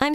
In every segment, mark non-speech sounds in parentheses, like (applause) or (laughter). I'm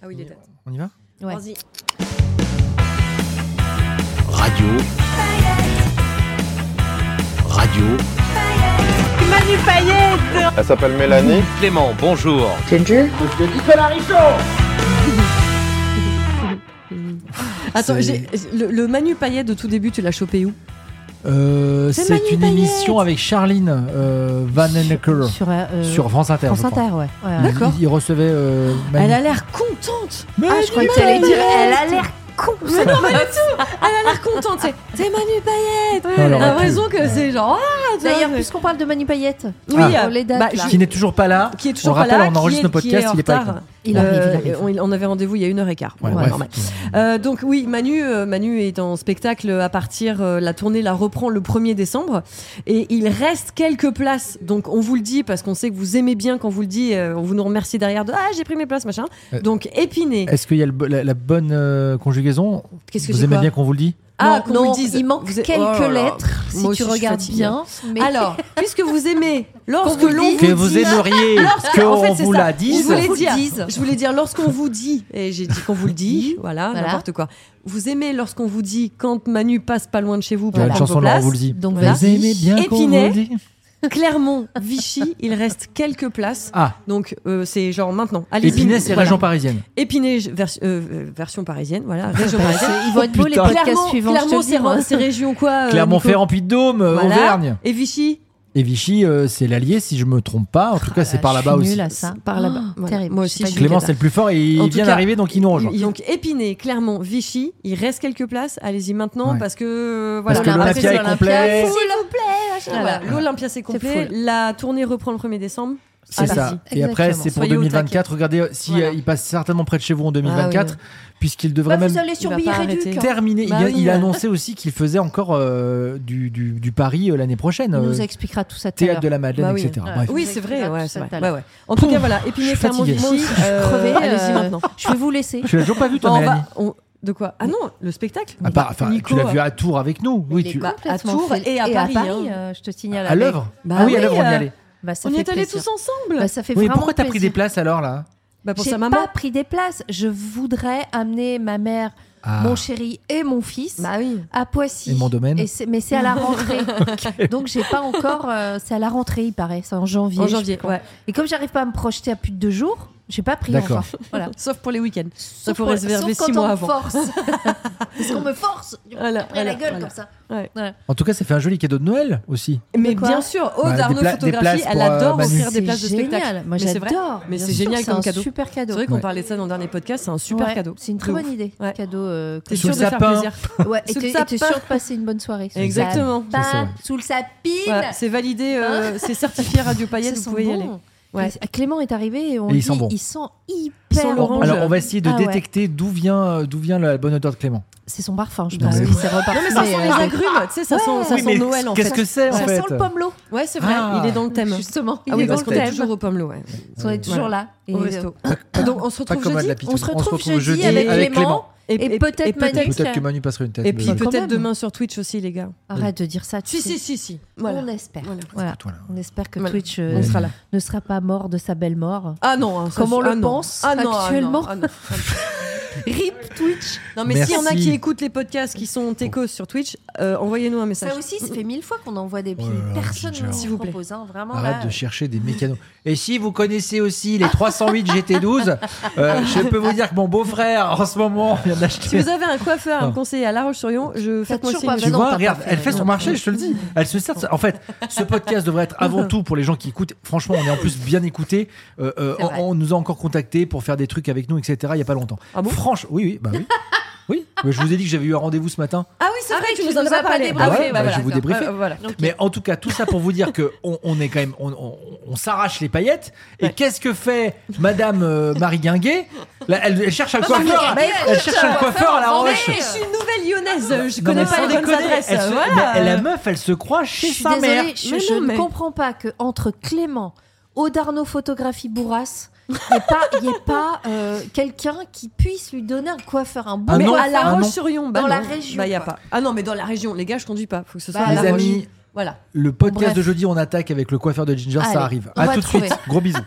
Ah oui, les dates. On y va Ouais. Vas-y. Radio. Radio. Elle s'appelle Mélanie. Clément, bonjour. (laughs) Attends, C'est- j'ai- le, le Manu Payet de tout début, tu l'as chopé où Euh, C'est C'est Manu une Payette. émission avec Charline euh, Van Ennecker sur, Sur, euh, France Inter. France je crois. Inter, ouais. Ouais, ouais. D'accord. Il, il recevait. euh, Manu. Elle a l'air contente Ah, je croyais que t'allais dire. Elle a l'air con. Mais non, mais du tout Elle a l'air contente, c'est c'est Manu Oh, Payet Non, elle T'as aurait pu. l'impression que c'est genre. Ah, tu vois, D'ailleurs, mais- puisqu'on parle de Manu Payette, Oui, Ah. euh, Les dates, bah, là. je- Qui n'est toujours pas là. qui est toujours on pas rappelle, là, on enregistre qui est- le qui est podcast, en il est pas retard. avec nous. il arrive, il arrive. Euh, on, on avait rendez-vous il y a une heure et quart. Ouais, Ouais, bref. normal. Euh, donc oui, Manu, euh, Manu est en spectacle à partir, euh, la tournée la reprend le 1er décembre et il reste quelques places. Donc on vous le dit parce qu'on sait que vous aimez bien quand vous le dit, euh, on vous nous remercie derrière de ah j'ai pris mes places machin. Euh, Donc épinez. Est-ce qu'il y a le bo- la, la bonne euh, conjugaison Qu'est-ce que Vous c'est aimez quoi bien qu'on vous le dise Ah, qu'on non, vous le dise. Il manque Vous êtes- quelques Oh là là. lettres si Moi aussi, tu je suis regardes fatiguée. bien. Mais Alors puisque vous aimez lorsque vous le l'on dit. vous Que vous dit- aimeriez Lorsque- qu'on Ah, en fait, c'est vous ça. la Je dise voulais Qu'on vous dire, le dise. je voulais dire lorsqu'on vous dit, et j'ai dit qu'on vous le dit, voilà, Voilà. n'importe quoi. Vous aimez lorsqu'on vous dit quand Manu passe pas loin de chez vous Il y pour a une prendre chanson vos de Laurent places. Voulzy. Donc, Vous vas-y. aimez bien qu'on vous Épinay. le dise Clermont, Vichy, il reste quelques places. Ah, Donc euh, c'est genre maintenant. Allez-y. Épinay, c'est Voilà. région Ah, parisienne. Épinay, je- vers- euh, euh, version parisienne, voilà. Région Bah, parisienne. c'est- ils vont être beaux les putain. podcasts Clermont, suivants. je te Clermont, le dis, moi. c'est c'est région quoi euh, Clermont-Ferrand, Puy-de-Dôme, euh, Nico Voilà. Auvergne. Et Vichy Et Vichy, euh, c'est l'allié, si je me trompe pas. En tout cas, c'est Ah, par Je suis là-bas aussi. nulle à ça. Par là-bas. Oh, Voilà. Terrible. Moi aussi, J'ai pas je du Clément, Nicolas. c'est le plus fort En et il tout vient cas, d'arriver, donc il nous rejoint. Donc Épinay, Clermont, Vichy, il reste quelques places. Allez-y maintenant Ouais. parce que euh, Parce voilà. que L'Olympia, l'Olympia est l'Olympia, complet. full. Voilà, L'Olympia c'est complet. full. La tournée reprend le 1er décembre. C'est Ah, ça. merci. Et après, c'est pour Soyez au 2024. Regardez, si Voilà. Ah euh, il passe certainement près de chez vous en 2024, puisqu'il devrait Bah, même vous allez Il sur va pas Billet arrêter. Réduc. terminer. Bah il, a, oui, il a ouais. annoncé aussi qu'il faisait encore euh, du, du, du Paris euh, l'année prochaine. Il euh, nous expliquera tout ça tout à théâtre l'heure. de la Madeleine, Bah oui. etc. Ouais. Bref. Oui, Vous c'est vrai. expliquerez Ouais, tout c'est ça vrai. tout à Ouais, l'heure. ouais. En tout cas, voilà. Épinay, suis Clermont, fatigué. Vichy. euh, crevée, Allez-y euh, maintenant. Je vais vous laisser. Tu l'as toujours pas vu, Bon, toi, on Mélanie va- on- De quoi Ah non, le spectacle. À part- enfin, Nico, Tu l'as euh, vu à Tours avec nous. Oui, Il est tu- Bah, à complètement Tours fêlé. et à Paris, hein. euh, je te signale. à l'œuvre. Bah Ah oui, à oui, l'œuvre, on y euh, allait. Bah, ça On y fait est allés plaisir. tous ensemble. Bah, ça fait Oui, vraiment pourquoi t'as pris des plaisir. places alors là Bah, pour J'ai sa maman. pas pris des places. Je voudrais amener ma mère, Ah. mon chéri et mon fils Bah oui. à Poissy. Et mon domaine. Et c'est- mais c'est à (laughs) la rentrée. Donc j'ai pas encore. euh, c'est à la rentrée, il paraît. C'est en janvier. En je janvier, crois. ouais. Et comme j'arrive pas à me projeter à plus de deux jours, j'ai pas pris D'accord. encore. Voilà. Sauf pour les week-ends. Ça (laughs) Sauf faut pour- réserver sauf quand six mois on me avant. (laughs) Force. Parce qu'on me force. Du coup, Voilà, après la voilà, gueule voilà. comme ça. En tout cas, ça fait un joli cadeau de Noël aussi. Mais De quoi bien sûr, Aude Bah, des Arnaud pla- des Photographie, places elle pour, euh, adore Manu. offrir des C'est places de génial. spectacle. Moi Mais c'est vrai. j'adore. Mais c'est Bien sûr, génial comme un cadeau. Super C'est cadeau. vrai qu'on Ouais. parlait de ça dans le dernier podcast, c'est un super Ouais, cadeau. C'est une très De bonne ouf. idée. Ouais. Cadeau. euh, T'es comme Sous sûr ça. de le faire sapin. plaisir. Ouais, et Sous le t'es- et t'es sapin. sûr de passer une bonne soirée. Sous le Exactement. sapin, Ça, c'est vrai. Sous le sapin. Ouais, c'est validé, euh, c'est certifié Radio Paillettes, Ça vous sent pouvez y bon. aller. Ouais. Et Clément est arrivé et on Et il dit, sent bon. il sent Il sent hyper l'orange. orange. Alors, on va essayer de Ah ouais. détecter d'où vient euh, d'où vient la bonne odeur de Clément. C'est son parfum, je Non, pense. mais- Oui, c'est reparti. euh, Non mais ça sent les agrumes, tu sais, ça sent, Ah, ça Oui, sent mais Noël en fait. qu'est-ce que c'est en Ça fait sent le pomelo, Ouais, c'est vrai, Ah. il est dans le thème. justement. Il Ah oui, est dans parce le qu'on est thème. toujours au pomelo, ouais. On est toujours là. Et- euh, Au resto. (coughs) Donc on se Pas retrouve comme à de jeudi. la pitoune. On se retrouve jeudi avec Clément. Et, Et peut-être Manu. Peut-être que Manu passerait une tête. Et de- puis Bah, quand peut-être même. demain sur Twitch aussi, les gars. Arrête de dire ça. tu Si, sais. si, si, si. On Voilà. espère. Voilà. Voilà. Toi, là. On espère que Voilà. Twitch euh, On sera là. ne sera pas mort de sa belle mort. Ah non, hein, ça, Comme on c'est- ah le non. pense Ah non, ah non, actuellement. ah non. RIP Twitch. Non, mais Merci. s'il y en a qui écoutent les podcasts qui sont techos sur Twitch, euh, envoyez-nous un message. Ça aussi, ça fait mille fois qu'on envoie des Oh là là, Personne Ginger. ne S'il nous vous plaît. propose. hein, Vraiment, Arrête là, de chercher des mécanos. Et si vous connaissez aussi les 308 GT12, euh, je peux vous dire que mon beau-frère, en ce moment, vient Si d'acheter. vous avez un coiffeur à me Non. conseiller à La Roche-sur-Yon, je faites moi toujours signe. pas Tu Ah non, vois, t'as regarde, pas fait, elle fait non. son marché, je te le dis. Elle se sert. de ça. En fait, ce podcast devrait être (laughs) avant tout pour les gens qui écoutent. Franchement, on est en plus bien écoutés. Euh, euh, C'est vrai. on, on nous a encore contactés pour faire des trucs avec nous, etc. Il y a pas longtemps. Ah bon (laughs) Franche, oui, oui, bah oui. Oui, mais je vous ai dit que j'avais eu un rendez-vous ce matin. Ah oui, c'est Ah vrai, oui, tu tu nous nous en as as pas pas débriefé. débriefé. Ah ouais, oui, bah, bah je vais vous d'accord. débriefer. Euh, voilà. Mais en tout cas, tout ça pour vous dire que on, on est quand même, on, on- on s'arrache les paillettes. Et qu'est-ce que fait Madame euh, Marie Guinguet Là, elle, elle cherche un coiffeur. Marie Guinguet, Elle cherche un coiffeur à la Vendée. roche. Je suis une nouvelle lyonnaise, je Oh, Non, mais connais pas sans les bonnes déconner, adresses. elle se- voilà. mais la meuf, elle se croit Je chez suis sa mère. désolée, je, Mais je non, mais- ne comprends pas que entre Clément, Odarno Photographie Bourras, il n'y ait pas, il y ait pas euh, quelqu'un qui puisse lui donner un coiffeur, un bon Un Mais nom, coiffeur. à La un nom. Roche-sur-Yon, bah Dans la non, région, bah, y a quoi. pas. Ah non, mais dans la région, les gars, je conduis pas. Faut que ce soit Bah, à Les la Roche. amis, Voilà. le podcast Bref. d'aujourd'hui, on attaque avec le coiffeur de Ginger, Allez, ça arrive. on à va tout de trouver. suite. Gros bisous.